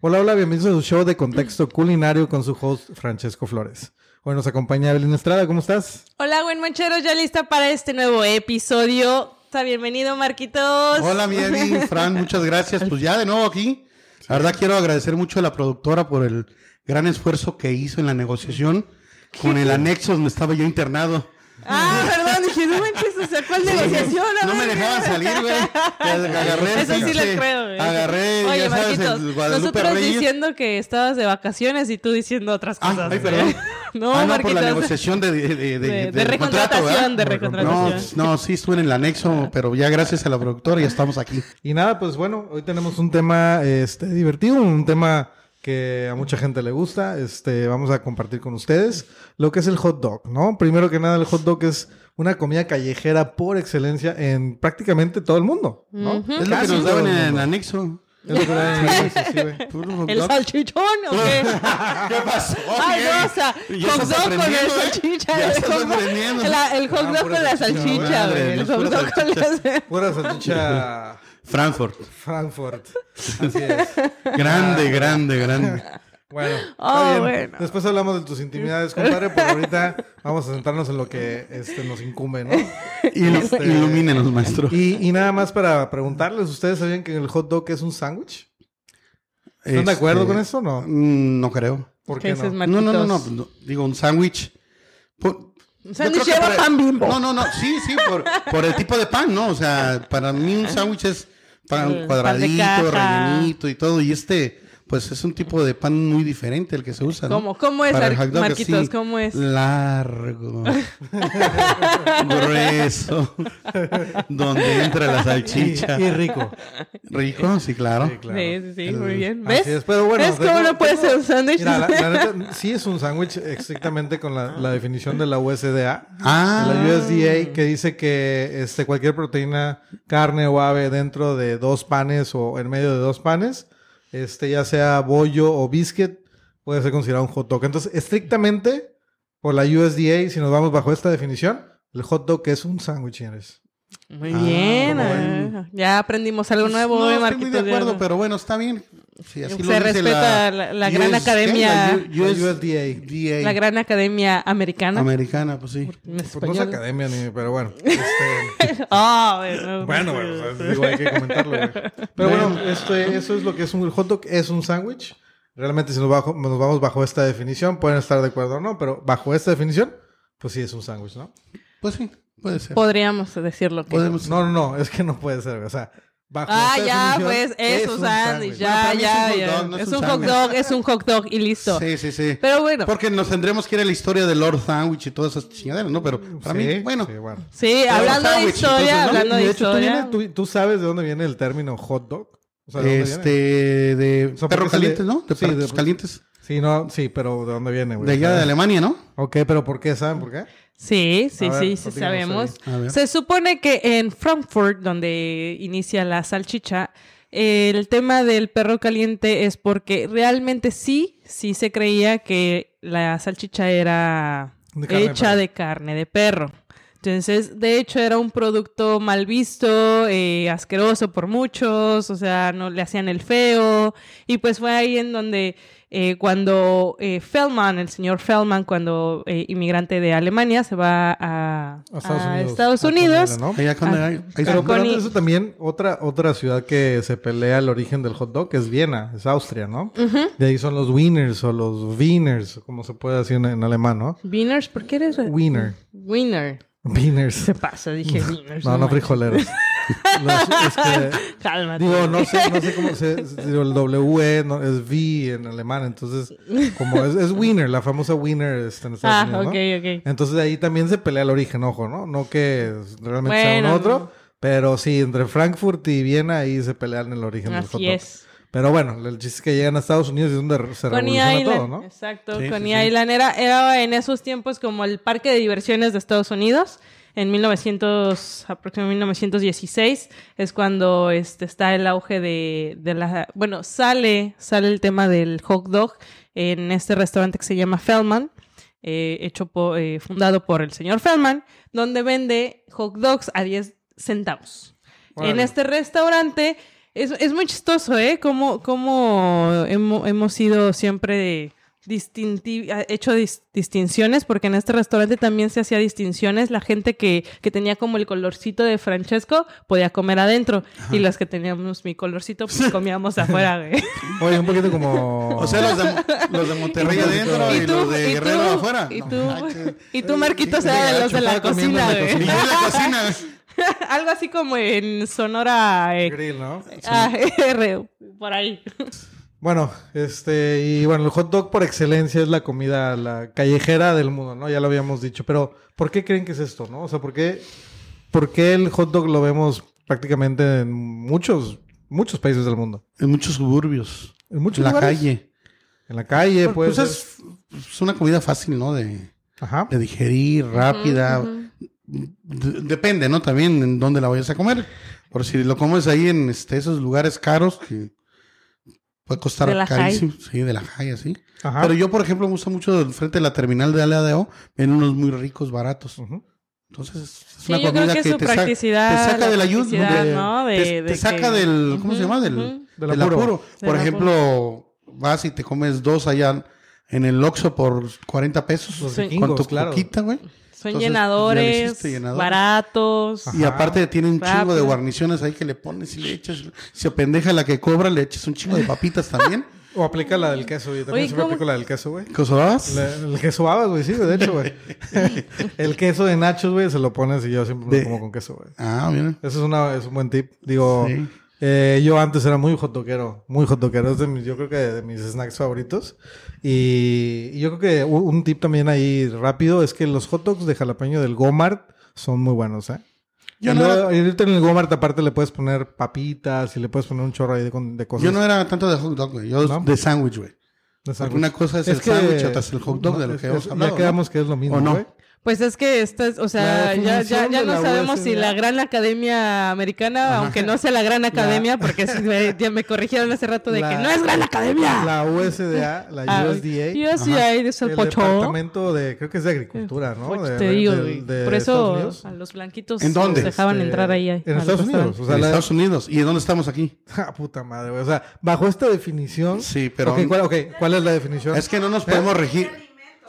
Hola, hola, bienvenidos a su show de contexto culinario con su host Francesco Flores. Hoy nos acompaña Evelyn Estrada, ¿cómo estás? Hola, buen mancheros, ya lista para este nuevo episodio. Está bienvenido, Marquitos. Hola, mi Evi, Fran, muchas gracias. Pues ya de nuevo aquí. La verdad quiero agradecer mucho a la productora por el gran esfuerzo que hizo en la negociación. Con el anexo donde estaba yo internado. Ah, perdón, dije, no manches, o sea, ¿cuál negociación? A No me ver, dejaban ¿qué? salir, güey. Agarré el Eso sí pinche- lo creo, güey. Agarré, Oye, ya sabes, Marquitos, el Guadalupe nosotros Reyes. diciendo que estabas de vacaciones y tú diciendo otras Ah, cosas. ay, ¿eh? perdón. No, ah, no, por Marquitos. la negociación de, de, De- de, de del contrato, recontratación, de ¿verdad? recontratación. Ah. No, no, sí estuve en el anexo, pero ya gracias a la productora ya estamos aquí. Mm, Y nada, pues bueno, hoy tenemos un tema este, divertido, un tema que a mucha gente le gusta. Este, vamos a compartir con ustedes lo que es el hot dog, ¿no? Primero que nada, el hot dog es una comida callejera por excelencia en prácticamente todo el mundo, ¿no? Ujú. Es lo que Casi nos todo daban en el el mundo. anexo. Es lo que daban en el- sí, sí, güey. Puro ¿El hot dog. salchichón o qué? ¿Qué pasó? Ay, Miguel? no, o sea, Ya hot estás dog con la aprendiendo, ¿eh? salchicha. Ya el estás hot dog- aprendiendo. la- El hot Ah, dog pura con la salchicha, salchicha, madre, güey. El los hot puros dog con la... Pura salchicha Frankfurt. Frankfurt. Así es. Grande, Ah. grande, grande. Bueno, está Oh, bien. bueno. después hablamos de tus intimidades, compadre, pero ahorita vamos a sentarnos en lo que este, nos incumbe, ¿no? Ilu- Este- Ilumínenos, maestro. Y, y nada más para preguntarles, ¿ustedes sabían que el hot dog es un sándwich? ¿Están de Este, acuerdo con eso o no? mm, No creo. ¿Por ¿Qué qué dices, no? Mar- No, no, no, no. Marquitos. no, Digo, un sándwich. Por- Un yo creo sándwich que lleva por el- pan bimbo. No, no, no. Sí, sí, por, por el tipo de pan, ¿no? O sea, para mí un sándwich es pan Mm, pan de cuadradito, caja. rellenito y todo. Y este, pues es un tipo de pan muy diferente el que se usa, ¿no? ¿Cómo? ¿Cómo es, Para el Ar- hot dog, Marquitos? así, ¿Cómo es? Largo. grueso. donde entra la salchicha. Y, y rico. Rico, sí, claro. Sí, claro. Sí, sí, sí, El- muy bien. Así ¿Ves? es, pero bueno, ¿Ves tengo- cómo no puede ser un sándwich? Mira, la, la neta, sí es un sándwich estrictamente con la, la definición de la USDA. Ah, de la USDA que dice que este, cualquier proteína, carne o ave dentro de dos panes o en medio de dos panes, este, ya sea bollo o biscuit, puede ser considerado un hot dog. Entonces, estrictamente, por la USDA, si nos vamos bajo esta definición, el hot dog es un sándwich, señores. Muy Ah, bien. ¿cómo ah, ya aprendimos algo nuevo, Pues, no, eh, estoy muy Marquitos. de acuerdo, ya no. pero bueno, está bien. Sí, así Se lo dice respeta la- la gran US academia. ¿qué? La U- La USDA. La gran academia americana. Americana, pues sí. en Pues no es español. academia, ni, pero bueno. este, Ah, bueno. este. bueno, bueno, o sea, digo, hay que comentarlo, güey. Pero bueno, este, eso es lo que es un el hot dog, es un sándwich. Realmente si nos, bajo- nos vamos bajo esta definición, pueden estar de acuerdo o no, pero bajo esta definición, pues sí es un sándwich, ¿no? Pues sí, puede ser. Podríamos decirlo. que- Podemos. No, no, no, es que no puede ser, o sea, bajo Ah, esta ya, definición, pues, es un sándwich. Ya, Bueno, para ya, mí es un hot ya. dog, no es un hot dog, es un hot dog y listo. Sí, sí, sí. Pero bueno. Porque nos tendremos que ir a la historia de Lord Sandwich y todas esas chingaderas, ¿no? Pero para Sí, mí, bueno. sí, bueno. Sí, Pero hablando de sándwich, historia, entonces, ¿no? hablando Y de, de hecho, ¿tú, historia. vienes- tú- tú sabes de dónde viene el término hot dog? O sea, ¿de dónde viene? Este, de O sea, perros porque calientes, se le- ¿no? De sí, de- perros calientes. Sí, no, sí, pero ¿de dónde viene, güey? Ah, De allá de Alemania, ¿no? Ok, pero ¿por qué? ¿Saben por qué? Sí, sí, A ver, sí, sí platícanos sabemos. ahí. A ver. Se supone que en Frankfurt, donde inicia la salchicha, el tema del perro caliente es porque realmente sí, sí se creía que la salchicha era De carne de hecha perro. de carne de perro. Entonces, de hecho, era un producto mal visto, eh, asqueroso por muchos, o sea, no le hacían el feo. Y pues fue ahí en donde eh, cuando eh, Feldman, el señor Feldman, cuando eh, inmigrante de Alemania, se va A a, Estados a Unidos. Ah, Estados A Unidos, Canadá, ¿no? Allá cuando Ah, hay- hay- Pero, Con pero antes el- de eso también, otra, otra ciudad que se pelea el origen del hot dog es Viena, es Austria, ¿no? De ahí son los wieners o los wieners, como se puede decir en, en alemán, ¿no? Wieners, ¿por qué eres? Wiener. Winner. Wieners. Se pasa, dije Wieners. No, no manches. frijoleros. Los- es que- Cálmate. digo, no sé, no sé cómo se... digo, el W E no, es V en alemán, entonces como es, es wiener, la famosa wiener este, en Estados ah, Unidos, ¿no? ok, ok. Entonces de ahí también se pelea el origen, ojo, ¿no? No que realmente sea un Bueno. otro, pero sí, entre Frankfurt y Viena ahí se pelean el origen del hot Así dog. es. Pero bueno, el chiste es que llegan a Estados Unidos y es donde se Coney revoluciona Island, todo, ¿no? exacto. Sí, sí, Coney sí. Island era, era en esos tiempos como el parque de diversiones de Estados Unidos. En 1900, aproximadamente 1916, es cuando este, está el auge de, de la... Bueno, sale, sale el tema del hot dog en este restaurante que se llama Feldman, eh, hecho po- eh, fundado por el señor Feldman, donde vende hot dogs a 10 centavos. Órale. En este restaurante Es, es muy chistoso, ¿eh? Cómo, cómo hemo- hemos sido siempre distinti- ha hecho dis- distinciones, porque en este restaurante también se hacía distinciones. La gente que, que tenía como el colorcito de Francesco podía comer adentro, y las que teníamos mi colorcito, pues comíamos afuera, güey. Oye, un poquito como. O sea, los de, los de Monterrey adentro y, los de Guerrero afuera. y No tú, manches. y tú, Marquitos, era de los de la Gacho, comiendo en la cocina, Y güey. yo en la cocina. Algo así como en Sonora. eh, grill, ¿no? ah, R, por ahí. Bueno, este, y bueno, el hot dog por excelencia es la comida, la callejera del mundo, ¿no? Ya lo habíamos dicho, pero ¿por qué creen que es esto, no? O sea, ¿por qué, por qué el hot dog lo vemos prácticamente en muchos, muchos países del mundo? En muchos suburbios. En muchos En la lugares. calle. En la calle, pues. Pues es, es una comida fácil, ¿no? De, Ajá. de digerir, rápida. D- depende, ¿no? También en dónde la vayas a comer. Por si lo comes ahí en este, esos lugares caros que puede costar De la carísimo. Sí, de la Jaya, sí. Ajá. Pero yo, por ejemplo, me gusta mucho del frente de la terminal de LADO. Ven unos muy ricos, baratos. Ujú. Entonces, es Sí, una yo creo comida que que, su te, sa- te practicidad, la saca del ayuno. practicidad, ¿no? De- te, de te saca que- del. ¿Cómo se Ujú, llama? Del, ujú. Del del, apuro. apuro. Del Por apuro. ejemplo, vas y te comes dos allá en el Oxxo por 40 pesos. Los Son- vikingos, con tu claro. coquita, güey. Son Entonces, ya le llenadores, hiciste llenador. baratos. Ajá. Y aparte tiene un chingo de Rápido. guarniciones ahí que le pones y le echas. Si pendeja la que cobra, le echas un chingo de papitas también. O aplica la del queso, yo también Oye, siempre ¿cómo- aplico la del queso, güey. ¿Cosobabas? La- el queso babas, güey, sí, güey, de hecho, güey. el queso de nachos, güey, se lo pones y yo siempre me lo De- como con queso, güey. Ah, mira. Eso es, una, es un buen tip. Digo, Sí. eh, yo antes era muy hotdoquero, muy hotdoquero. Es de mis, yo creo que de mis snacks favoritos. Y, y yo creo que u- un tip también ahí rápido es que los hot dogs de jalapeño del Gomart son muy buenos, ¿eh? Yo Y no, luego, era, ahorita en el Gomart aparte le puedes poner papitas y le puedes poner un chorro ahí de, con- de cosas. yo no era tanto de hot dog, güey. Yo Pues ¿No? de sándwich, güey. de sándwich. Alguna cosa es, Es el que- sándwich, otra es el hot dog, de lo Es- que es- hemos hablado. Ya ¿no? quedamos que es lo mismo, ¿O no? güey. Pues es que esta es, o sea, La ya, ya, definición ya de no la sabemos si USDA. la Gran Academia Americana, aunque no sea la Gran Academia, porque sí, me, ya me corrigieron hace rato de que La- no es Gran Academia. La USDA, la Ah, USDA. USDA de El Salpocho. departamento de, creo que es de agricultura, ¿no? Pues De- te de- digo, de- güey. de por Estados eso Unidos. a los blanquitos ¿En dónde? los dejaban Este, entrar ahí. En Estados Unidos. O sea, en la- Estados Unidos. ¿Y en dónde estamos aquí? Ja, puta madre, güey. O sea, bajo esta definición. Sí, pero- Ok, ¿cuál, ok, ¿cuál es la definición? Es que no nos podemos regir.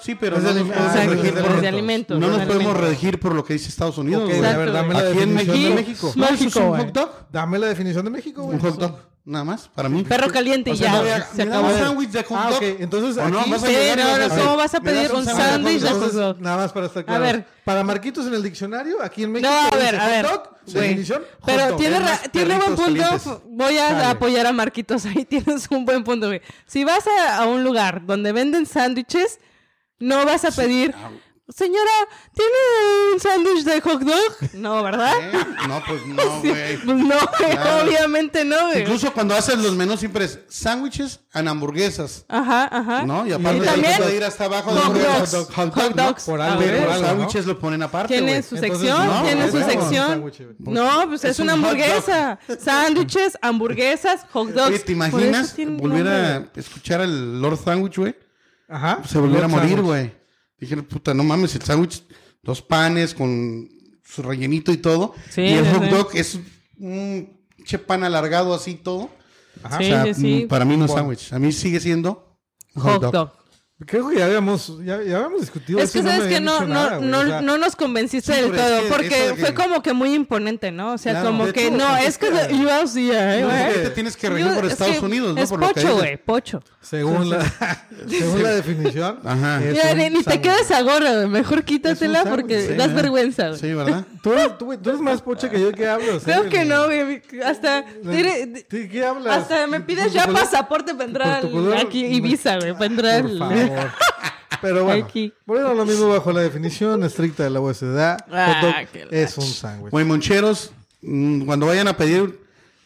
Sí, pero Es no de nos alim- podemos Exacto, regir es de por- alimentos, No es de nos podemos alimentos. regir por lo que dice Estados Unidos. Ok, güey. a ver, Exacto, dame la Aquí en definición de México- México. ¿No es un México, hot güey. dog? Dame la definición de México, güey. Un hot dog, nada más, para mí. Perro caliente y O sea, ya. no había- se me daba acabó. un sándwich de hot Ah, dog. ok, entonces ¿O no? aquí- Vas a Sí, llegar y no, vas a no, decir, ¿cómo vas a ¿me das pedir un un sándwich de sándwich de hot hot Entonces, dog? Nada más para estar A claro. ver. Para Marquitos en el diccionario, aquí en México. No, a ver, dice a ver. Hot dog, su güey. definición. hot Pero dog. tiene, Es ra- más, tiene buen perritos punto. calientes. Voy a Dale. apoyar a Marquitos. Ahí tienes un buen punto, güey. Si vas a, a un lugar donde venden sándwiches, no vas a pedir. Señora, ¿tiene un sándwich de hot dog? No, ¿verdad? ¿Eh? No, pues no, Sí, güey. pues no, güey, Claro. obviamente no, güey. Incluso cuando haces los menús siempre es sándwiches en hamburguesas, Ajá, ajá. ¿no? Y aparte Y de ahí Ah, también puede ir hasta abajo de hot hamburguesas. dogs. Hot Hot dog, ¿no? dogs. Por a algo, ver. Pero los ¿no? sándwiches lo ponen aparte, Tiene güey. su Entonces, sección, no, tiene su güey, sección. un sándwich, güey. no, pues es, Es una un hot hamburguesa. Sándwiches, hamburguesas, hot dogs. Oye, ¿te Por eso imaginas tiene un volver nombre. a escuchar el Lord Sandwich, güey? Ajá. Se volviera a Hot morir, sandwich. güey. Dijeron, puta, no mames, el sándwich, dos panes con su rellenito y todo. Sí, y el sí, hot sí. dog es un che pan alargado así y todo. Ajá. Sí, O sea, Ah, sí, sí. mm, para mí no es Bueno. sándwich. A mí sigue siendo Hot dog. Creo que ya habíamos, ya, ya habíamos discutido. Es que eso y sabes me que habían no, dicho no, nada, güey. no, O sea, no nos convenciste Sí, del pero es todo, que porque eso que- fue como que muy imponente, ¿no? O sea, Claro, como de que hecho, no, es es que que- yo así, eh, No, es güey. que te tienes que regir Yo- por es Estados que Unidos, ¿no? Es por lo que pocho, dices. güey, pocho. Según la, según la definición. Ajá. es Mira, un ni, ni te sándwich. quedes a gorra, güey. Mejor quítatela sándwich, porque sí, das ¿verdad? vergüenza, güey. Eh, Sí, ¿verdad? Tú, eres- tú, güey, tú eres más pocha que yo que hablo. Creo ¿sí? que no, güey. Hasta, ¿De de qué hablas? hasta me pides Por ya tu color- pasaporte para entrar por tu color- al- aquí y visa, güey, para entrar Por al- favor. Pero bueno, Aquí. volviendo a lo mismo bajo la definición estricta de la USDA, Ah, hot qué dog es un sándwich. Güey, moncheros, mm, cuando vayan a pedir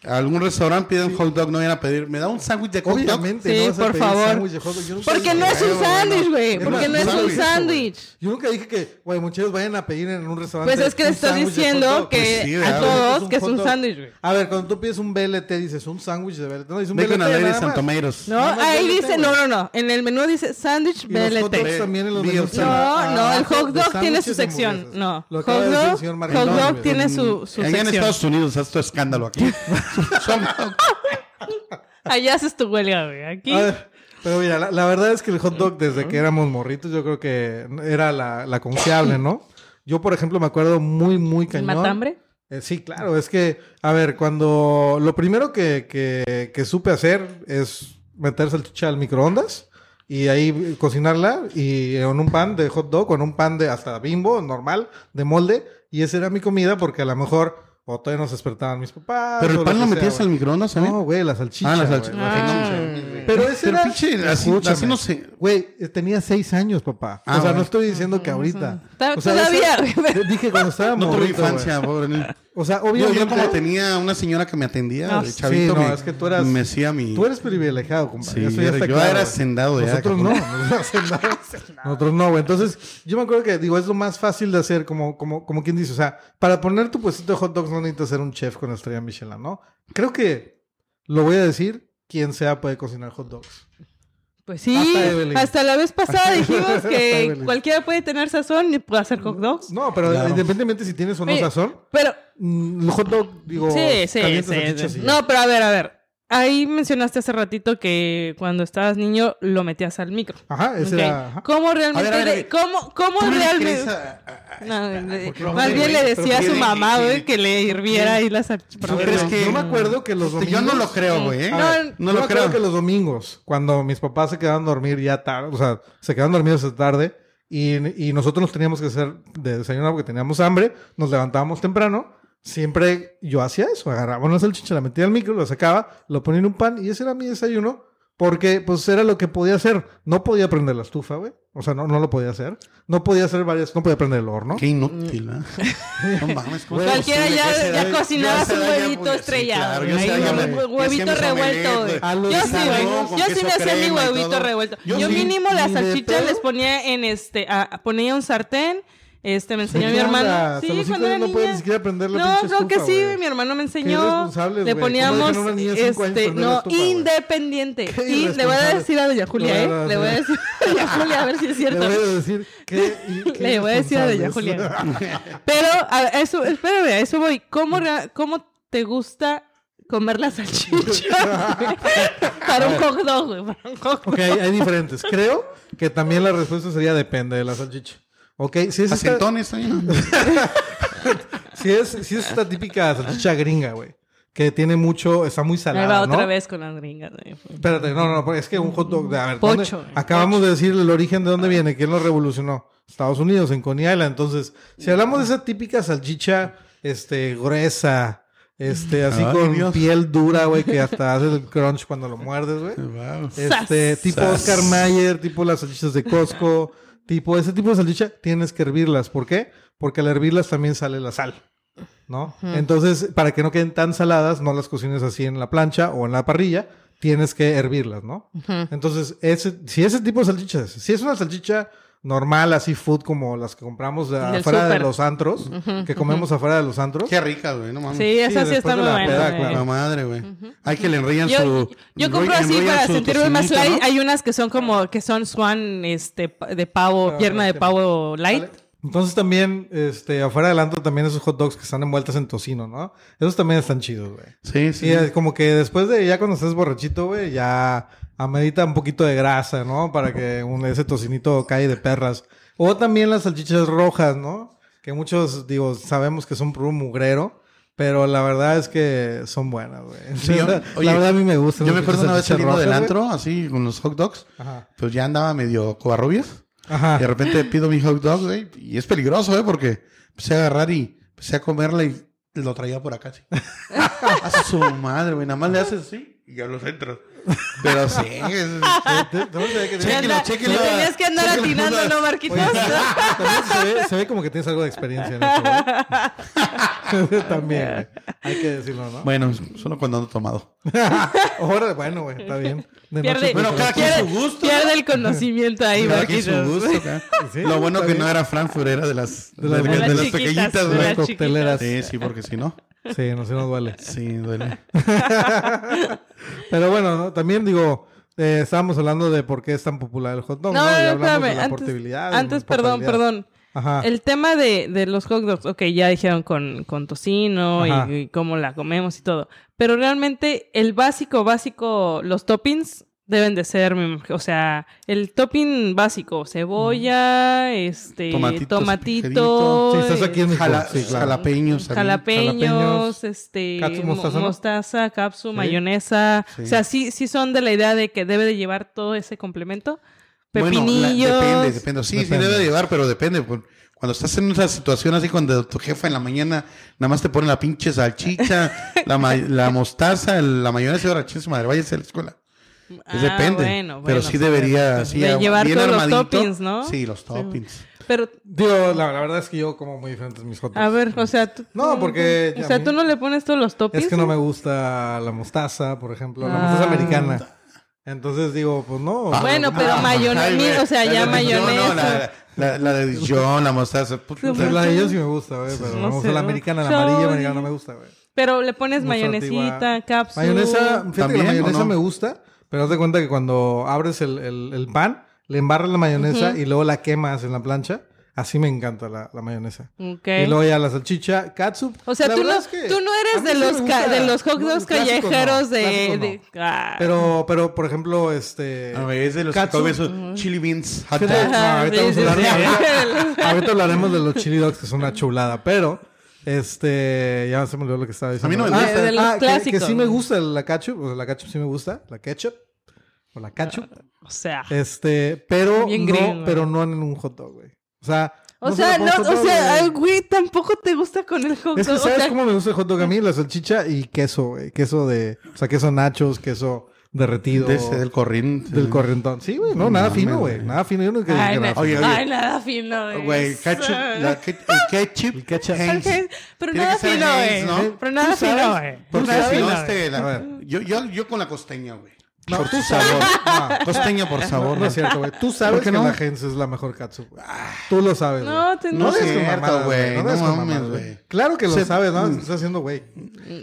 a algún restaurante, pidan hot dog, no vayan a pedir. Me da un sándwich de hot dog? Obviamente, Sí, no vas a por pedir favor. sándwich de hot dog. Yo nunca Porque dije- no es un Bueno, sándwich, güey. Es Porque más, no es un sándwich eso, güey. sándwich. Yo nunca dije que, güey, muchachos vayan a pedir en un restaurante. Pues es que le un estás sándwich de hot diciendo dog. que Pues sí, a ¿verdad? todos que es hot un dog. sándwich, güey. A ver, cuando tú pides un BLT, dices un sándwich de BLT. No, dices un Bacon BLT. al aire nada de más. Santomeros. No, Nada más ahí BLT, dice, güey. no, no, no. En el menú dice sándwich Y los hot dogs BLT. también en los Ve, menús Dios. a- No, a- no, el Ah, de hot dog tiene sándwiches su y sección. hamburguesas. No, Lo hot acaba de decir el dog, señor Mm, hot Marquez. dog tiene su, su Allá Mm, en sección. Estados Unidos, haz tu escándalo aquí. Son- Allá haces tu huelga, güey. Aquí. A ver, pero mira, la, la verdad es que el hot dog desde que éramos morritos yo creo que era la, la confiable, ¿no? Yo, por ejemplo, me acuerdo muy, muy ¿El cañón. matambre? Eh, sí, claro, es que, a ver, cuando lo primero que, que, que supe hacer es meter salchicha al microondas y ahí cocinarla y en un pan de hot dog, con un pan de hasta bimbo, normal, de molde, y esa era mi comida porque a lo mejor o todavía nos despertaban mis papás. Pero o el pan que lo sea, metías al güey. microondas, ¿sabes? No, güey, la salchicha. Ah, la güey, salchicha. la Ah. salchicha. Pero ese Pero era... pinche, así, Escúchame. así no sé. Güey, eh, tenía seis años, papá. Ah, o sea, bueno. no estoy diciendo que ahorita. Ta- O sea, todavía, eso- güey, pero- Dije cuando estaba No tuve morrito, güey. infancia, pobre. niño. O sea, Yo, obviamente... yo como tenía una señora que me atendía, Ah, de sí, chavito, no, me, es que tú eras- me hacía mi... Tú eres privilegiado, compadre. Sí, Eso ya era- está yo claro, era güey. hacendado ya, Nosotros no. cabrón. nosotros hacendados. Nosotros no, güey. Entonces, yo me acuerdo que, digo, es lo más fácil de hacer, como, como, como quien dice. O sea, para poner tu puestito de hot dogs no necesitas ser un chef con estrella Michelin, ¿no? Creo que, lo voy a decir, quien sea puede cocinar hot dogs. Pues sí. Hasta Evelyn. Hasta, la vez pasada dijimos que Evelyn. cualquiera puede tener sazón y puede hacer hot dogs. No, pero Claro. independientemente si tienes o no Oye, sazón, Pero mm, el hot dog, digo, Sí, sí, calientas sí, salchichas sí. y ya. No, pero a ver, a ver. Ahí mencionaste hace ratito que cuando estabas niño lo metías al micro. Ajá, ese Ok. era... ajá. ¿Cómo realmente? A ver, a ver, le- a ver. ¿Cómo, cómo Tú le realmente? crees a- a- a- No, le- porque lo más sé, bien güey, le pero decía a su ¿quién- mamá, quién- güey, que le hirviera ahí las ¿Tú crees no, que- Yo me acuerdo que los domingos... Este, Yo no lo creo, güey. ¿eh? No, A ver, No No lo creo. que los domingos, cuando mis papás se quedaban a dormir ya tarde, o sea, se quedaban dormidos hasta tarde y, y nosotros nos teníamos que hacer de desayunar porque teníamos hambre, nos levantábamos temprano. Siempre yo hacía eso, agarraba una salchicha, la metía al micro, lo sacaba, lo ponía en un pan y ese era mi desayuno porque pues era lo que podía hacer. No podía prender la estufa, güey. O sea, no, no lo podía hacer. No podía hacer varias, no podía prender el horno. Qué inútil, ¿eh? No mames, ¿cómo es Cualquiera posible que a esa ya, ya edad- yo a cocinaba esa su edad ya huevito podía- sí, estrellado. claro, güey, yo a esa ahí edad ya un me- huevito hacía mis revuelto, omelets, güey. A los Yo sí, guisados, güey. con Yo sí queso me hacía mi crema y huevito todo. revuelto. Yo, Yo sí, mínimo ni de las salchichas pedo. les ponía en este, a- ponía un sartén. Este, me enseñó mi ¿Qué onda? hermano. Hasta Sí, los cinco cuando era años no puedes niña. ni siquiera prender la No, pinche creo que estufa, sí, güey. mi hermano me enseñó. irresponsables, Le güey. ¿Cómo dejan a poníamos una niña de cinco años este, prender no, la estufa, güey? independiente. Qué Y le voy a irresponsable. decir a doña No, Julia, no, ¿eh? Le voy a no. decir a doña Julia a ver si es cierto. Le voy a decir que. y- que Le voy a decir a doña irresponsables. Julia. Pero, a ver, eso, espérame, a eso voy. ¿Cómo, rea- cómo te gusta comer la salchicha? güey? para un hot dog, güey. Para un hot dog. Ok, hay, hay diferentes. Creo que también la respuesta sería depende de la salchicha. Ok, si es, esta, Acentones, ¿eh? oye, ¿no? si es, si es esta típica salchicha gringa, güey. Que tiene mucho, está muy salada, Ahí va ¿no? otra vez con las gringas. güey. Espérate, no, no, porque es que un hot dog, a ver, ¿dónde- Pocho, güey, acabamos de decir el origen de dónde viene, quién lo revolucionó. Estados Unidos, en Coney Island. Entonces, si hablamos de esa típica salchicha, este, gruesa, este, así Ay, con Dios. piel dura, güey, que hasta hace el crunch cuando lo muerdes, güey. Wow. Este, Sas. tipo Sas. Oscar Mayer, tipo las salchichas de Costco, tipo ese tipo de salchicha, tienes que hervirlas. ¿Por qué? Porque al hervirlas también sale la sal, ¿no? Entonces, para que no queden tan saladas, no las cocines así en la plancha o en la parrilla, tienes que hervirlas, ¿no? Entonces, ese, si ese tipo de salchichas, si es una salchicha normal, así food como las que compramos de Del afuera de súper. los antros, que comemos afuera de los antros, Qué rica, güey, no mames. Sí, esa sí, después está de muy la peda, buena. güey. claro. La madre, güey. Hay que le enrían Yo, su... yo compro enroll- así enrollan para su sentirme más tocinito, light. ¿no? Hay unas que son como, que son swan, este, pa- de pavo, Ah, pierna de ok. pavo light. Vale. Entonces también, este, afuera del antro también esos hot dogs que están envueltas en tocino, ¿no? Esos también están chidos, güey. Sí, Sí, sí. es como que después de ya cuando estás borrachito, güey, ya amerita un poquito de grasa, ¿no? Para que un, ese tocinito cae de perras. O también las salchichas rojas, ¿no? Que muchos, digo, sabemos que son puro mugrero, pero la verdad es que son buenas, güey. Sí, yo- la, oye, verdad a mí me gustan. Yo me las acuerdo una vez salchichas saliendo del rojas, güey. antro, así, con los hot dogs. Ajá. Pues ya andaba medio cobarrubias. Y de Ajá. repente pido mi hot dog, güey. Y es peligroso, ¿eh? Porque empecé a agarrar y empecé a comerla y lo traía por acá, sí. a su madre, güey. Nada más le haces así y ya los entras. Pero sí. es- Te- te- vamos a ver que- Sí. Chéquelo, Anda- chéquelo. le Tenías que andar Chéquelo. atinando, ¿no, Marquitos? Oye, también se ve, se ve como que tienes algo de experiencia en eso, güey. También, güey. Hay que decirlo, ¿no? Bueno, solo cuando ando tomado. Ahora, bueno, güey, está bien. De pues, Pierde, Bueno, cada quien pierde- su gusto, pierde el conocimiento ahí, Cada quien su Marquitos. gusto, acá. Sí, Lo bueno está que bien. no era Frankfurt, era de las, de, las- de- de de las las chiquitas, pequeñitas, de güey. Las las cocteleras. Sí, sí, porque si no. Sí, no se nos duele. Sí, duele. Pero bueno, ¿no? también digo, eh, estábamos hablando de por qué es tan popular el hot dog. No, no, Ya no, hablamos espérame. de la Antes, portabilidad. antes, perdón, perdón. Ajá. El tema de, de los hot dogs, ok, ya dijeron con, con tocino Ajá. y, y cómo la comemos y todo. Pero realmente el básico, básico, los toppings deben de ser, me imag- o sea, el topping básico, cebolla, este, Tomatitos, tomatito. eh, frijolitos. Sí, estás aquí en México, Jala- sí, claro. Jalapeños. también. Jalapeños, jalapeños, este, catsup, mo- mostaza, mostaza, ¿no? capsu, Sí. mayonesa. Sí. O sea, sí, sí son de la idea de que debe de llevar todo ese complemento. Bueno, la- Pepinillos. depende, depende. Sí, Depende. sí debe de llevar, pero depende. por- Cuando estás en esa situación así, cuando tu jefa en la mañana nada más te pone la pinche salchicha, la, ma- la mostaza, el- la mayonesa y ahora chingue su madre, váyase a la escuela. Ah, Pues depende. bueno, pero bueno, pues, sí debería, sí, de a- llevar bien todos los armadito. toppings, ¿no? Sí, los toppings. Pero, Digo, la, la verdad es que yo como muy diferentes mis hot dogs. a ver, o sea, tú, No, porque O a sea, mí- tú no le pones todos los toppings. Es que no me gusta la mostaza, por ejemplo, la Ah. mostaza americana. Entonces digo, pues no. Bueno, pero Ah, mayone- ay, mira, güey, o sea, ya la de Dijon, mayonesa. no, la, la- la de Dijon, la mostaza. puta, Pues la de ellos sí me gusta, güey, pero No no me gusta sé, la ¿no? americana, la amarilla Sorry. americana no me gusta, güey. Pero le pones Mostaza mayonesita, antigua. cápsula. Mayonesa, fíjate que ¿También la o mayonesa no? me gusta, pero haz de cuenta que cuando abres el, el- el pan, le embarras la mayonesa y luego la quemas en la plancha. Así me encanta la, la mayonesa. Ok. Y luego ya la salchicha, katsup. O sea, La tú verdad no, es que tú no a eres mí de sí los, me ca- gusta. de los hot No, dogs clásicos no, callejeros de... clásicos no. de- Ah. Pero, pero, por ejemplo, este... A ver, es de los que katsup. comen esos Mm. chili beans, hot Fíjate, dogs. no, ahorita, sí, vamos a sí, hablar de- sí. ahorita- ahorita hablaremos de los chili dogs, que son una chulada, pero este ya se me olvidó lo que estaba diciendo. Ah, A mí no me gusta. de los que- que, clásicos. sí me gusta la ketchup, o sea, la ketchup sí me gusta, la ketchup o la ketchup, O sea... este, pero Bien no, gringo. pero no en un hot dog, güey. O sea, O no se sea, la no, pongo hot o dog, sea, güey. ay, güey, tampoco te gusta con el hot dog. es que o sabes sea, cómo me gusta el hot dog a mí, la salchicha y queso, güey, queso de, o sea, queso nachos, queso derretido De ese, del corriente. del corrientón. Sí, güey, no, No nada mames, fino, güey, güey. nada fino, yo no creo que Ay, nada na- fino. Oye, oye. ay, nada fino, es. Güey, ketchup, la ke- el ketchup, El ketchup. Heinz. Ok, Pero Tiene nada que ser fino, Heinz, güey. ¿no? Pero ¿Tú nada sabes? fino, güey. Porque Nada si no, fino, eh. güey. este, la- A ver. yo, yo, yo con la costeña, güey. No, por tú tu sabes. sabor. No. Costeña por No, sabor. no es cierto, güey. Tú sabes ¿Por que qué no? la Heinz es la mejor katsu, güey. Tú lo sabes, güey. No, te- No digas es con cierto, mamadas, güey. No digas con mames, mamadas, güey. mm. Claro que lo Se- sabes, ¿no? Estás haciendo, güey.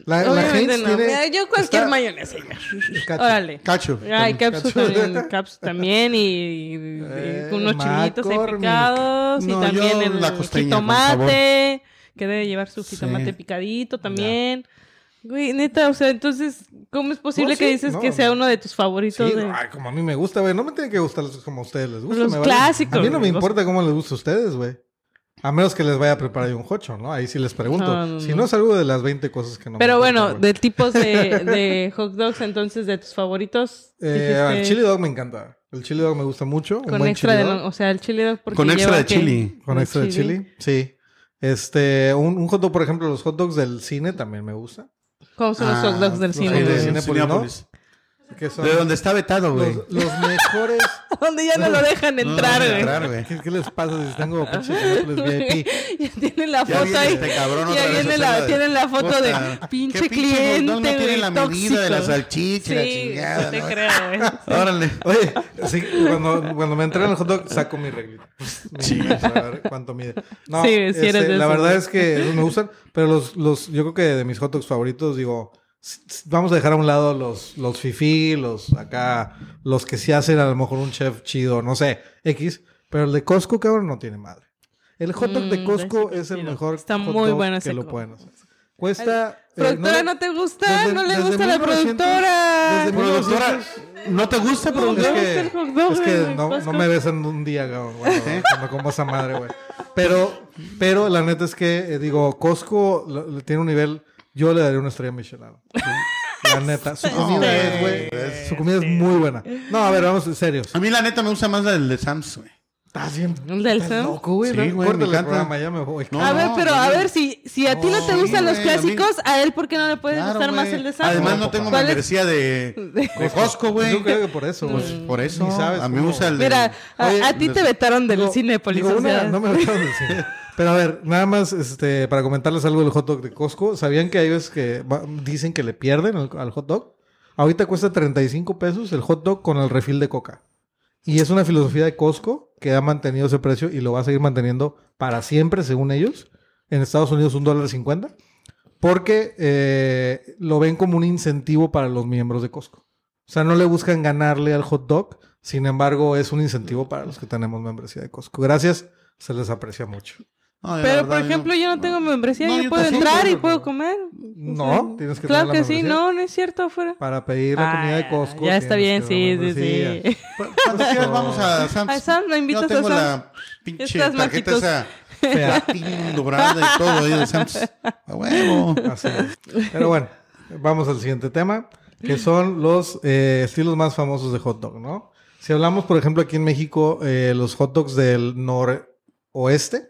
La, la Obviamente Heinz no. tiene... Mira, Yo cualquier está- mayonesa. ya. Ketchup. Órale. Ketchup. Ay, También. capsu Ketchup. también, capsu también y, y- y Eh, con unos chilitos ahí McCormick. picados No, y también yo el la costeña, por favor. jitomate que debe llevar su Sí. jitomate picadito también. Güey, neta, o sea, entonces, ¿cómo es posible No, que sí, dices no, que sea no. uno de tus favoritos? Sí, de- ay, como a mí me gusta, güey. No me tienen que gustar como a ustedes les gusta. Los me vale. clásicos, A mí no me güey. importa cómo les gusta a ustedes, güey. A menos que les vaya a preparar yo un hocho, ¿no? Ahí sí les pregunto. No, no, si no. no es algo de las 20 cosas que no me Pero importan, bueno, güey. de tipos de, de hot dogs, entonces, de tus favoritos. Eh, el dijiste, chili dog me encanta. El chili dog me gusta mucho. un con buen extra chili de, dog. o sea, el chili dog porque Con extra lleva de que- chili. Con de extra de chili, sí. Este, un, un hot dog, por ejemplo, los hot dogs del cine también me gusta. ¿Cómo son los hot dogs del los cine? hot dogs de Ah, pues, de cine. güey? Cinépolis, Cinépolis. Que son De donde está vetado, güey. los, los mejores. Donde ya no lo dejan entrar, No, güey. entrar, güey. ¿Qué, qué les pasa si están como pinches cinéfilos VIP? ya tiene la Ya foto viene ahí. este cabrón otra ya vez a viene la, hacerla de- tiene la foto de Puta, pinche qué cliente. hot dog no tiene güey, la medida de la tóxico. salchicha, y la Sí, chingada. no te ¿no? creo, güey. Órale. Oye, sí, cuando, cuando me entregan el hot dog, saco mi reglita. Sí. A ver cuánto mide. No, Sí, sí eres este, de la esos. verdad es que esos me gustan, pero los, los, yo creo que de mis hot dogs favoritos, digo, s- s- vamos a dejar a un lado los, los fifí, los acá, los que sí hacen a lo mejor un chef chido, no sé, X, pero el de Costco, cabrón, no tiene madre. El hot dog Mm, de Costco ese es el chido. mejor Está hot muy dog bueno que ese lo co- pueden hacer. Cuesta... eh, Productora, le- no te gusta, desde- no le desde gusta la 1900, productora. desde Productora, ¿no te gusta, No, es no. productora? que, el hot dog, es que güey, no, Costco. no me besan un día, cabrón, cuando, cuando como esa madre, güey. Pero, pero la neta es que, eh, digo, Costco lo- lo tiene un nivel, yo le daría una estrella Michelin. ¿sí? La neta, su comida es, güey, su comida es muy buena. No, a ver, vamos en serio. A mí, la neta, me gusta más la del de Sam's, güey. Estás bien ¿El del estás Sam? loco, güey. Sí, ¿no? güey, me Córtale el encanta. programa, ya me voy. No, a ver, pero a güey. ver, si, si a ti no, te No, gustan los güey, a mí- clásicos, a él, ¿por qué no le puede Claro, gustar más güey. el de Sam's? Además, No, no tengo papá. membresía de, de Costco, güey. Yo creo que por eso, Pues güey. por eso. Ni sabes a mí me cómo. gusta el de- Mm, Mira, a, Oye, a ti te no- vetaron del Digo- cine, digo, una- no me dejaron del cine. Pero a ver, nada más este, para comentarles algo del hot dog de Costco. ¿Sabían que hay veces que va- dicen que le pierden al, al hot dog? Ahorita cuesta 35 pesos el hot dog con el refil de coca. Y es una filosofía de Costco que ha mantenido ese precio y lo va a seguir manteniendo para siempre, según ellos. En Estados Unidos, un dólar cincuenta. Porque eh, lo ven como un incentivo para los miembros de Costco. O sea, no le buscan ganarle al hot dog. Sin embargo, es un incentivo para los que tenemos membresía de Costco. Gracias se les aprecia mucho. No, yo la Pero, verdad, por yo ejemplo, yo no tengo membresía, No, yo, Pues, yo puedo tampoco, entrar y pero- puedo comer. No, Pues Sí. tienes que Claro tener que la sí, membresía. no, no es cierto afuera. Para pedir la comida de Ah, Costco. Ya está bien, tienes sí, que sí, tener membresía. Pues, sí. ¿Cu- ¿Cuántas quieres? Vamos a A Sam's. Sam, no invitas Yo tengo a Sam. la pinche Estas tarjeta maquitos. esa Fea. platinum dorada y todo ahí de Sam's. A huevo. Así es. Pero bueno, vamos al siguiente tema, que son los eh, estilos más famosos de hot dog, ¿no? Si hablamos, por ejemplo, aquí en México, eh, los hot dogs del noroeste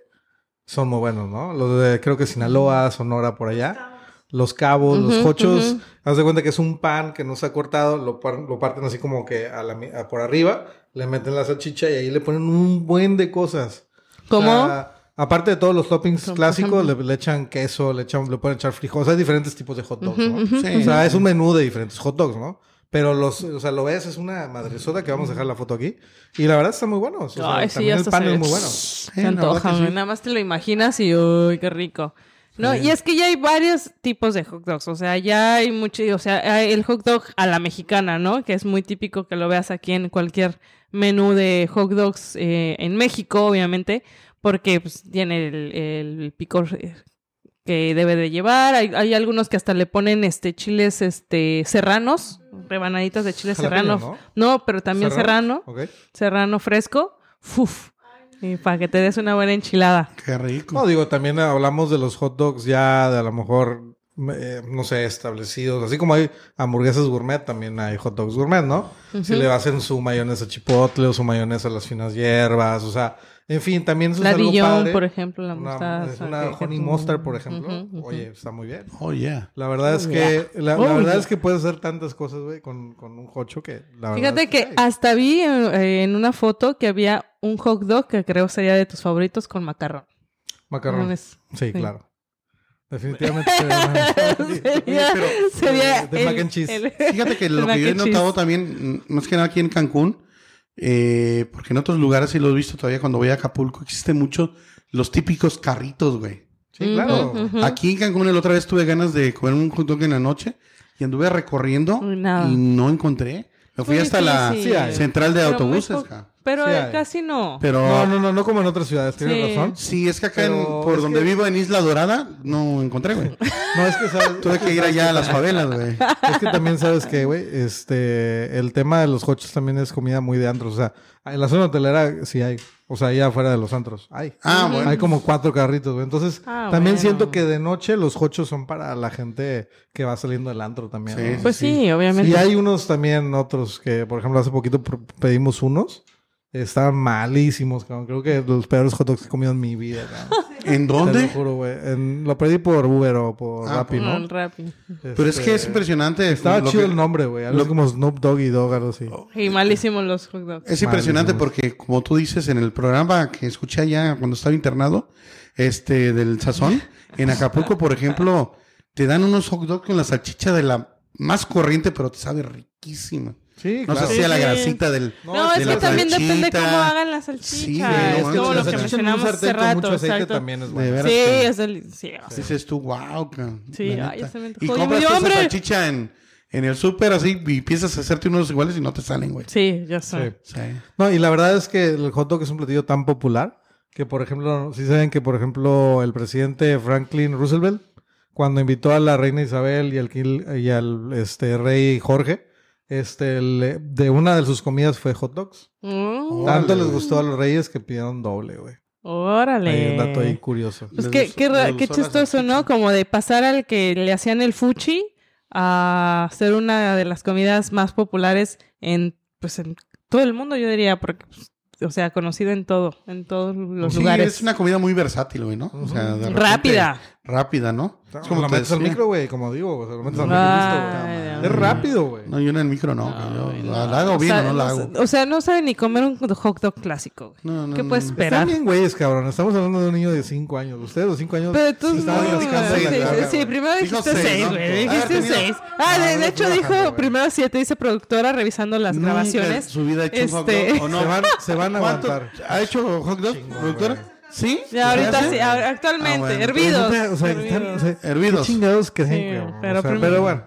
son muy buenos, ¿no? Los de, creo que Sinaloa, Sonora, por allá. Los cabos, los Ujú, hochos. ujú. Haz de cuenta que es un pan que no se ha cortado, lo, par- lo parten así como que a la mi- a por arriba, le meten la salchicha y ahí le ponen un buen de cosas. ¿Cómo? O sea, aparte de todos los toppings Como, por clásicos, le, le echan queso, le, echan, le pueden echar frijoles. Hay diferentes tipos de hot dogs, ¿no? Ujú, ujú. Sí. O sea, es un menú de diferentes hot dogs, ¿no? Pero los, o sea, lo ves, es una madresota que vamos a dejar la foto aquí. Y la verdad están muy buenos. O sea, Ay, sí, también el hasta pan se ve- es muy bueno. Se la antoja, verdad que güey. sí. nada más te lo imaginas y uy, qué rico. No, y es que ya hay varios tipos de hot dogs, o sea, ya hay mucho, o sea, hay el hot dog a la mexicana, ¿no? Que es muy típico que lo veas aquí en cualquier menú de hot dogs eh, en México, obviamente, porque pues, tiene el, el picor eh, que debe de llevar, hay, hay algunos que hasta le ponen este chiles este serranos, rebanaditas de chiles Jalapeño, serranos. ¿no? pero también serrano. Ok. serrano fresco, ¡fuf! Y para que te des una buena enchilada. Qué rico. No, digo, también hablamos de los hot dogs ya de a lo mejor, eh, no sé, establecidos. Así como hay hamburguesas gourmet, también hay hot dogs gourmet, ¿no? Si le hacen su mayonesa chipotle o su mayonesa a las finas hierbas, o sea, en fin, también eso La es algo Dijon, padre. por ejemplo, la Una- mostaza. es una que- que honey tú- mustard, por ejemplo. Ujú, ujú. Oye, está muy bien. Oh, yeah. La verdad es Oh, que, yeah. la, la Oh, verdad yeah. es que puedes hacer tantas cosas, güey, con, con un hocho que la verdad Fíjate es que ay, hasta vi eh, en una foto que había un hot dog que creo sería de tus favoritos con macarrón. macarrón. Mames. Sí, sí. claro. Definitivamente. sería- sería pero- sería eh, de mac and cheese. Fíjate que el lo mac que yo he and cheese. notado también, mm, más que nada aquí en Cancún, eh, porque en otros lugares sí lo he visto todavía cuando voy a Acapulco, existen mucho los típicos carritos, güey. Sí, claro. Ujú, ujú. Aquí en Cancún la otra vez tuve ganas de comer un hot dog en la noche y anduve recorriendo Uy, nada. y no encontré. Me fui Muy hasta difícil. Sí hay. la central de Pero muy autobuses, po- ja. Pero Sí eh, hay. casi no. pero No, no, no, no como en otras ciudades, tienes Sí. razón. sí, es que acá en- Pero por es donde que- vivo en Isla Dorada no encontré, güey. No, es que sabes. Tuve que ir allá a las favelas, güey. Es que también sabes que, güey, este, el tema de los hochos también es comida muy de antros. O sea, en la zona hotelera sí hay. O sea, allá afuera de los antros. Hay. Ah, bueno. Hay como cuatro carritos, güey. Entonces, Ah, también bueno. siento que de noche los hochos son para la gente que va saliendo del antro también. Sí, ¿no? pues sí, obviamente. Y hay unos también, otros que, por ejemplo, hace poquito pr- pedimos unos. Estaban malísimos, cabrón. Creo que los peores hot dogs que he comido en mi vida, cabrón. ¿En Te lo dónde? juro, güey. En- Lo pedí por Uber o por Ah, Rappi, No, ¿no? el Rappi. Pero es que es Este, impresionante. Estaba lo chido que- el nombre, güey. Algo lo- así como Snoop Dogg y Dogg, algo así. Y malísimos los hot dogs. Es impresionante Malísimo. porque, como tú dices, en el programa que escuché allá cuando estaba internado, este, del Sazón, en Acapulco, por ejemplo, te dan unos hot dogs con la salchicha de la más corriente, pero te sabe riquísima. Sí, No sé si Sí, a la sí. grasita del... No, No, es es de que la también depende salchita. cómo hagan las Sí, salchichas. güey, es no, como es lo que que la salchicha en mencionamos hace rato. mucho aceite exacto. también es De bueno. veras. Sí, que- es del... Sí, o sea, Dices tú, wow, cabrón. Sí, la ay, neta". ya se me antojó. Y ¡Ay, me compras dio tú esa hambre! salchicha en, en el súper así y empiezas a hacerte unos iguales y no te salen, güey. sí, ya sé. Sí. Sí. No, y la verdad es que el hot dog es un platillo tan popular que, por ejemplo, si saben que, por ejemplo, el presidente Franklin Roosevelt, cuando invitó a la reina Isabel y al, quil- y al este, rey Jorge, este, le- de una de sus comidas fue hot dogs. Mm, Órale, Tanto les güey. gustó a los reyes que pidieron doble, güey. Hay un dato ahí Órale. curioso. Pues Les qué, gustó- qué, ra- les qué gustó la chistoso, ¿no? Como de pasar al que le hacían el fuchi a ser una de las comidas más populares en, pues, en todo el mundo, yo diría, porque, pues, o sea, conocido en todo, en todos los Sí, lugares. es una comida muy versátil, güey, ¿no? O sea, de repente- Rápida. Rápida, ¿no? Es como lo te metes al decía. micro, güey, como digo. o sea, lo metes al micro Ay, y listo, Dios güey. Es mío. rápido, güey. No, yo en el micro no. que yo- Ay, ¿La, la hago bien o sea, o no la no hago? sa- O sea, no sabe ni comer un hot dog clásico. güey. No, no, ¿Qué no, puedes no. esperar? Están bien güeyes, cabrón. Estamos hablando de un niño de 5 años. Ustedes, los 5 años. Pero tú se no, estaban rascando sí, la sí, cara, sí, güey. primero Dijo dijiste seis, seis, ¿no? güey. Haber Dijiste tenido- seis. Ah, No, de, de no, hecho no, dijo no, güey. primero siete, dice productora revisando las Nunca en grabaciones. su vida ha hecho un hot Este- dog, ¿o no? Se van, se van a ¿Cuánto aguantar. ¿Ha hecho hot dog, productora? ¿Sí? Ya ahorita ¿Se hace? sí, ahora- actualmente, Ah, bueno. hervidos. O sea, están- hervidos. o sea, ¿qué Hervidos. chingados creen, Sí, cabrón? O pero sea, primero- pero bueno.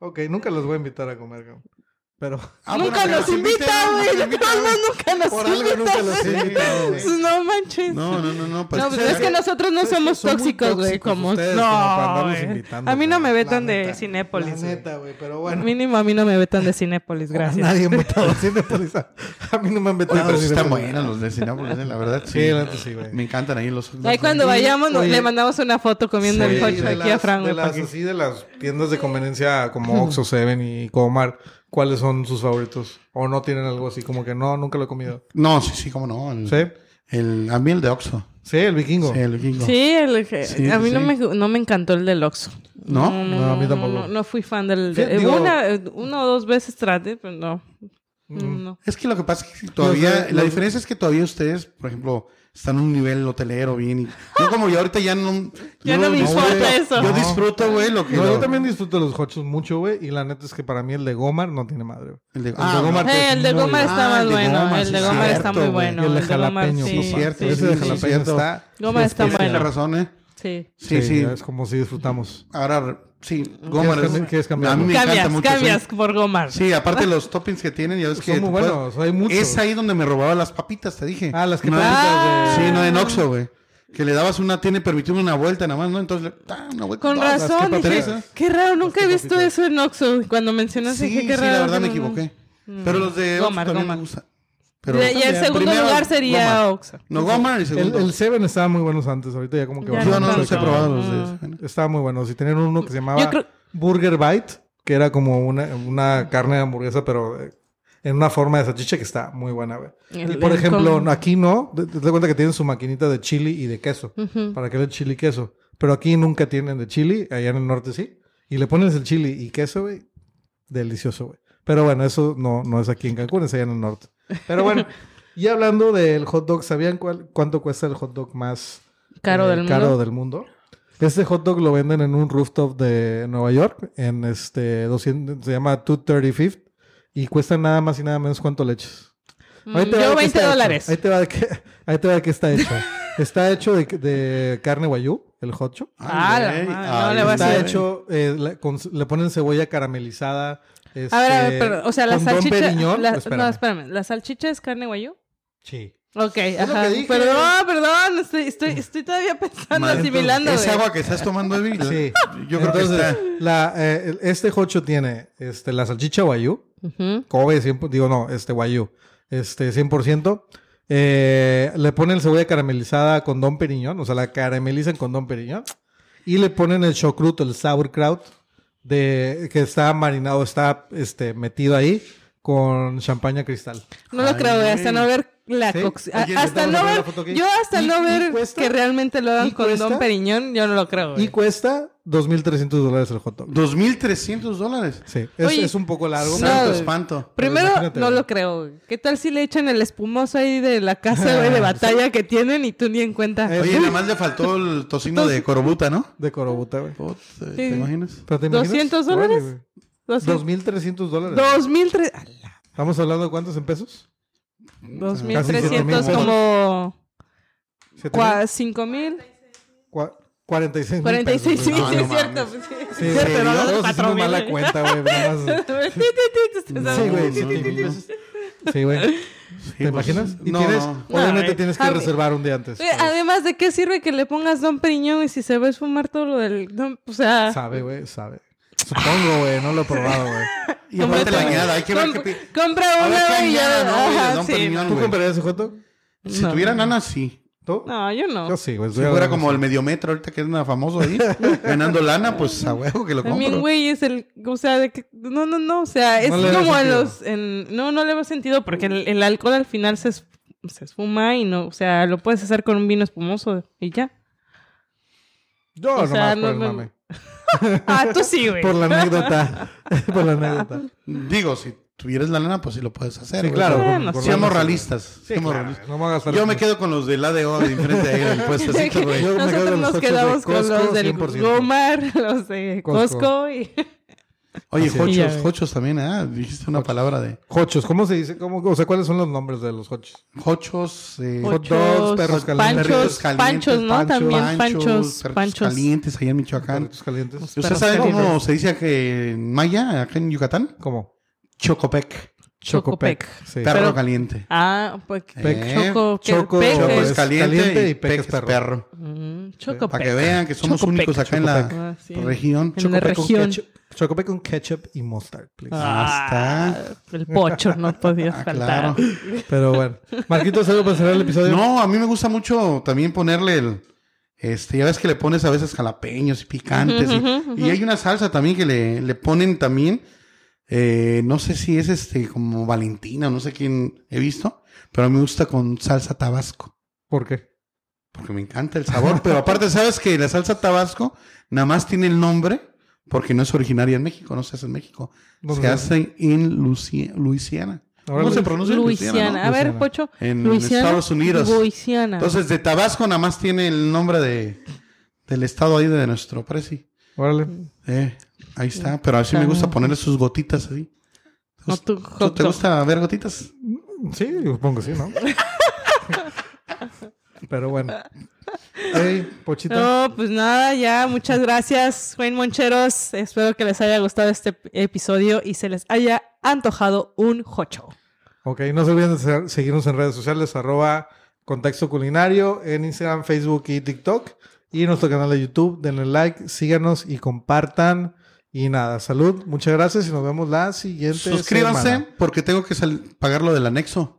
Ok, nunca los voy a invitar a comer, cabrón. Pero Ah, nunca bueno, nos pero nos invita, invitan, güey. nos No, invitan. no, nunca nos por algo nunca los invitas. he invitado. güey. Pues No manches. No, no, no, no. Pues, no, pues es que nosotros no Es que somos son muy tóxicos, güey. tóxicos Como, ustedes no, como para andarnos güey. invitando, A mí no güey. me vetan La de neta, Cinépolis. La güey. neta, güey, pero bueno. Mínimo a mí no me vetan de Cinépolis, gracias. Nadie me ha invitado a Cinépolis. A mí no me han Oye, invitado pero sí están Cinépolis. buenos los de Cinépolis, eh, la verdad. Sí, Sí, la neta sí, güey. Me encantan ahí los. Ahí los- cuando Sí, vayamos nos- oye. le mandamos una foto comiendo Sí, el hot Sí, dog de aquí las- a Fran, de güey. para las, que- así de las tiendas de conveniencia como Oxxo, Seven y Comar, ¿cuáles son sus favoritos? ¿O no tienen algo así? Como que no, nunca lo he comido. No, sí, sí, cómo no. El, ¿Sí? el, a mí el de Oxxo. Sí, el vikingo. Mm. Sí, el vikingo. Sí, el- Sí, a mí sí, no, sí. me, no me encantó el del Oxxo. ¿No? no, No, a mí no, tampoco. no, no fui fan del. Fíjate, eh, digo- una, eh, una o dos veces traté, pero no. Mm. No. Es que lo que pasa es que todavía, Los de- la los- diferencia es que todavía ustedes, por ejemplo, están en un nivel hotelero bien. Y, no como yo ahorita ya no. Ya no me disfruto importa eso. Yo No. disfruto, güey, lo que. No, lo- yo también disfruto los hochos mucho, güey. Y la neta es que para mí el de Gomar no tiene madre. güey. El de, Ah, ah, Gomar. no. Eh, el de Muy Goma bien. está Ah, más el de bueno. Goma, el de sí, Goma está cierto, muy güey. bueno. y el de Goma, jalapeño, sí, papá. sí, cierto, sí, Ese de sí, jala- sí. jalapeño cierto. está... Goma está Tienes bueno. razón, ¿eh? Sí. Sí, sí. Es como si disfrutamos. Ahora, sí, Gomar ¿Quieres es. cambi- quieres cambiarlo? A mí me encanta Cambias, mucho. cambias sí. por Gomar. Sí, aparte los toppings que tienen, ya ves que. Son muy te puedes- buenos, hay muchos. Es ahí donde me robaba las papitas, te dije. Ah, las que No, papitas de- Sí, no, en Oxxo, güey. Que le dabas una, tiene permitido una vuelta nada más, ¿no? Entonces, le- ah, una vuelta. Con no, las razón, que dije, papitas. qué raro, nunca he que visto papitas. eso en Oxxo. Cuando mencionas, Sí, dije, qué sí, raro. la verdad me no, no. equivoqué. Pero los de Oxxo Gomar, también Gomar. me gustan. Y- y el segundo primero, lugar sería Gomar. Oxxo. No, Gomar y El, segundo. el Seven estaba muy buenos antes. Ahorita ya como que... Ya bajaron Yo no mucho los he de calidad. probado Ah. los de. ¿eh? Estaba muy bueno. Si tenían uno que se llamaba Yo creo- Burger Bite, que era como una, una carne de hamburguesa, pero eh, en una forma de salchicha que está muy buena, güey. El- Y por el ejemplo, con- aquí no, te, te das cuenta que tienen su maquinita de chili y de queso, Ujú. para que le chili y queso. Pero aquí nunca tienen de chili, allá en el norte sí. Y le pones el chili y queso, güey. Delicioso, güey. Pero bueno, eso no, no es aquí en Cancún, es allá en el norte. Pero bueno, y hablando del hot dog, ¿sabían cuál, cuánto cuesta el hot dog más Caro eh, del mundo. caro del mundo. Este hot dog lo venden en un rooftop de Nueva York, en este 200, se llama 235th, y cuesta nada más y nada menos cuánto leches. Mm, Ahí te va de Yo qué 20 está hecho. dólares. Ahí te va de qué, ahí te va de qué está hecho. está hecho de, de carne guayú, el hot dog. Ah, la güey. madre, Ah, no le güey. vas a- Está hecho, eh, le, con- le ponen cebolla caramelizada. este, A ver, a ver, pero, o sea, la con Don salchicha. Periñón. la- Espérame. no, espérame. ¿La salchicha es carne guayú? Sí. Ok, lo ajá. que dije. Perdón, perdón. Estoy, estoy, estoy todavía pensando, Madre, asimilando. Esa güey. agua que estás tomando, Evi. la- Sí. Yo creo que Entonces, está. la, eh, el- este hot dog tiene este, la salchicha guayú, Ujú. Kobe, 100%, digo, no, este Wagyu, este 100%. Eh, le ponen cebolla caramelizada con Don Periñón, o sea, la caramelizan con Don Periñón. Y le ponen el chocruto, el sauerkraut, de, que está marinado, está este, metido ahí con champaña cristal. No lo Ay, creo, güey, hasta güey. no ver la Sí. cox- Oye, a- Hasta ¿estamos no viendo ver. la foto aquí? Yo hasta ¿Y- no y ver cuesta? que realmente lo ¿Y hagan con cuesta? Don Periñón, yo no lo creo. güey. Y cuesta 2.300 dólares el hot dog. 2.300 dólares. Sí, es, Oye, es un poco largo. No, Santo güey. espanto. Primero, imagínate, no güey. lo creo. güey. ¿Qué tal si le echan el espumoso ahí de la casa, güey, de batalla que tienen y tú ni en cuenta? Eh, Oye, nada más le faltó el tocino de Corobuta, ¿no? De Corobuta, güey. Puta, Sí. ¿Te imaginas? Pero, ¿te imaginas? 200 Órale, dólares. güey. Dos mil- 2.300 dólares. dos mil tres- a la- ¿Estamos hablando de cuántos en pesos? Dos mil Casi siete mil trescientos, pesos. como ¿Siete cua- cinco mil. Cua- 46 mil Cuarenta y seis pesos, mil, güey. sí, No, no es cierto. mames. pues, sí, es Sí, cierto, güey, no, todos no, hicimos cuatro mil, mala güey. cuenta, ¿eh? güey. nomás- Ti, ti, ti, ti, No, Sí, güey. no, sí, no, sí, no. sí. Sí, güey. ¿Te Pues, imaginas? Y No, tienes, no. obviamente güey. tienes que A mí- reservar un día antes. Oye, Además, ¿de qué sirve que le pongas Don Periñón y si se va a esfumar todo lo del... Don- o sea... Sabe, güey, sabe. Supongo, güey, no lo he probado, güey. Y aparte la compra- añada, hay que ver com- qué pi- Compra A ver qué una y ya... añada, ¿no? güey, de ajá, Don sí. Periñón, ¿Tú Ah, güey. comprarías ese hot dog? Si No. tuviera nana, sí. ¿Tú? No, yo no. Yo sí, güey. Si fuera como el mediometro ahorita que es nada famoso ahí, ganando lana, pues a huevo que lo También, compro. güey, es el... O sea, de que- no, no, no. O sea, es No le veo como a sentido. los... en- no, no le va sentido porque el, el alcohol al final se, es- se esfuma y no... O sea, lo puedes hacer con un vino espumoso y ya. Yo o sea, nomás no- por el no- mame. Ah, tú sí, güey. Por la anécdota. por la anécdota. Digo, si tuvieras la lana, pues sí lo puedes hacer. Sí, güey, claro. pero Bueno, por- por la Seamos anécdota. realistas. Sí, seamos claro, realistas. No me hagas Yo me quedo con los del ADO de enfrente ahí del puestecito, güey. Yo me quedo Nosotros con los nos coches de quedamos con Costco, los del 100%. Gomar, los de Costco. Costco y... Oye, Así es. Ya, Jochos, güey. Jochos también, ¿ah? Dijiste una palabra de Hochos, ¿cómo se dice? ¿Cómo, o sea, ¿cuáles son los nombres de los hochos? Jochos, eh, Hot dogs, perros calientes, panchos, perritos calientes, panchos, ¿no? También panchos, perritos panchos. calientes allá en Michoacán. Perritos calientes. ¿Ustedes perros saben calientes. cómo se dice que en maya, acá en Yucatán? ¿Cómo? Chocopec. Chocopec. Sí. Perro Pero- caliente. Ah, pues Pec. choco, que Choco- pec Choco es- es caliente, caliente y y pec pec es es perro. perro. Mm, choco Para pec. que vean que somos Chocopec, únicos acá en la Ah, sí. región. En la Chocopec con región. ketchup- Chocopec con ketchup y mustard, please. Ah, Ah, El pocho no podía Ah, faltar. claro. Pero bueno. Marquitos, ¿algo para cerrar el episodio? No, a mí me gusta mucho también ponerle el... Este, ya ves que le pones a veces jalapeños y picantes. y- Ujú, ujú, y, hay una salsa también que le, le ponen también. eh, no sé si es este como Valentina o no sé quién he visto. Pero me gusta con salsa tabasco. ¿Por qué? Porque me encanta el sabor. Pero aparte, ¿sabes que la salsa tabasco nada más tiene el nombre? Porque no es originaria en México, no se hace en México. ¿Dónde Se es? hace en Luci- Luisiana. Ahora ¿Cómo Lu- se pronuncia? en Luisiana. A ver, ¿no? Luisiana. pocho. En Luisiana. Estados Unidos. Luisiana. Entonces, de Tabasco nada más tiene el nombre de, del estado ahí de nuestro presi. Órale. Mm. Eh, ahí está. Pero a sí me gusta ponerle sus gotitas ahí. No, tu ¿Tú- hot ¿Te dog. gusta ver gotitas? Sí, yo supongo que sí, ¿no? Pero bueno. Hey, Pochita. No, pues nada, ya muchas gracias, Juan Moncheros. Espero que les haya gustado este episodio y se les haya antojado un jocho. Ok, no se olviden de ser- seguirnos en redes sociales, arroba contexto culinario, en Instagram, Facebook y TikTok. Y nuestro canal de YouTube, denle like, síganos y compartan. Y nada, salud, muchas gracias y nos vemos la siguiente Suscríbanse semana. porque tengo que sal- pagar lo del anexo.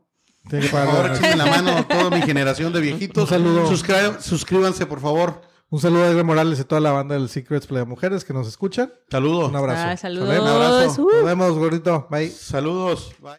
Tiene que Por pagar favor, la- échenme la mano a toda mi generación de viejitos. Un saludo. Suscri- suscríbanse, por favor. Un saludo a Edgar Morales y toda la banda del Secrets Play de Mujeres que nos escuchan. Saludos. Un abrazo. Ah, saludos. ¿Sale? abrazo. Uh. Nos vemos, gordito. Bye. Saludos. Bye.